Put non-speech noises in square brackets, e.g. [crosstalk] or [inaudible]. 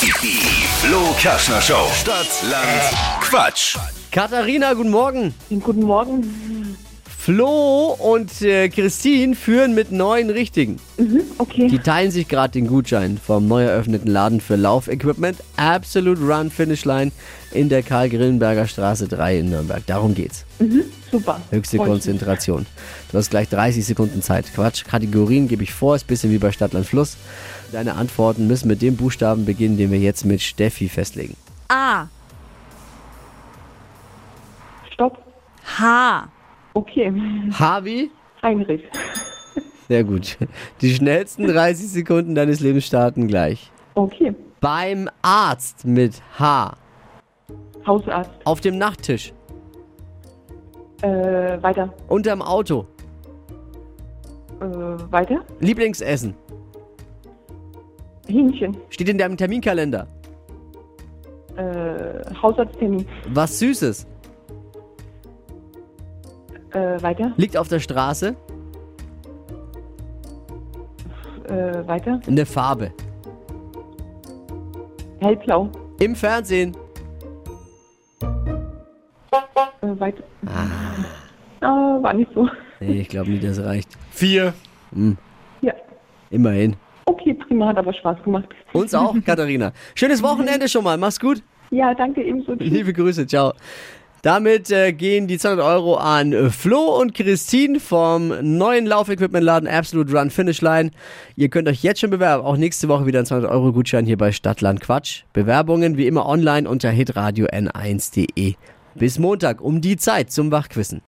Die Flo Kaschner Show. Stadt, Land, Quatsch. Katharina, guten Morgen. Guten Morgen. Flo und äh, Christine führen mit neun Richtigen. Die Okay. teilen sich gerade den Gutschein vom neu eröffneten Laden für Laufequipment Absolute Run Finish Line in der Karl-Grillenberger Straße 3 in Nürnberg. Darum geht's. Super. Höchste Freut mich. Konzentration. Du hast gleich 30 Sekunden Zeit. Quatsch. Kategorien gebe ich vor. Ist ein bisschen wie bei Stadtland Fluss. Deine Antworten müssen mit dem Buchstaben beginnen, den wir jetzt mit Steffi festlegen. A. Stopp. H. Okay. [laughs] Harvey? Heinrich. Sehr gut. Die schnellsten 30 Sekunden deines Lebens starten gleich. Okay. Beim Arzt mit H. Hausarzt. Auf dem Nachttisch. Äh, weiter. Unterm Auto. Äh, weiter. Lieblingsessen. Hähnchen. Steht in deinem Terminkalender. Äh, Hausarzttermin. Was Süßes. Äh, weiter. Liegt auf der Straße. Äh, weiter. Eine Farbe. Hellblau. Im Fernsehen. Äh, weiter. Ah. war nicht so. Nee, ich glaube nicht, das reicht. Vier. Ja. Immerhin. Okay, prima. Hat aber Spaß gemacht. Uns auch, Katharina. Schönes Wochenende schon mal. Mach's gut. Ja, [laughs] danke ebenso. Tschüss. Liebe Grüße. Ciao. Damit äh, gehen die 200 Euro an äh, Flo und Christine vom neuen Laufequipmentladen Absolute Run Finish Line. Ihr könnt euch jetzt schon bewerben. Auch nächste Woche wieder ein 200 Euro Gutschein hier bei Stadtland Quatsch. Bewerbungen wie immer online unter hitradio n1.de. Bis Montag um die Zeit zum Wachquissen.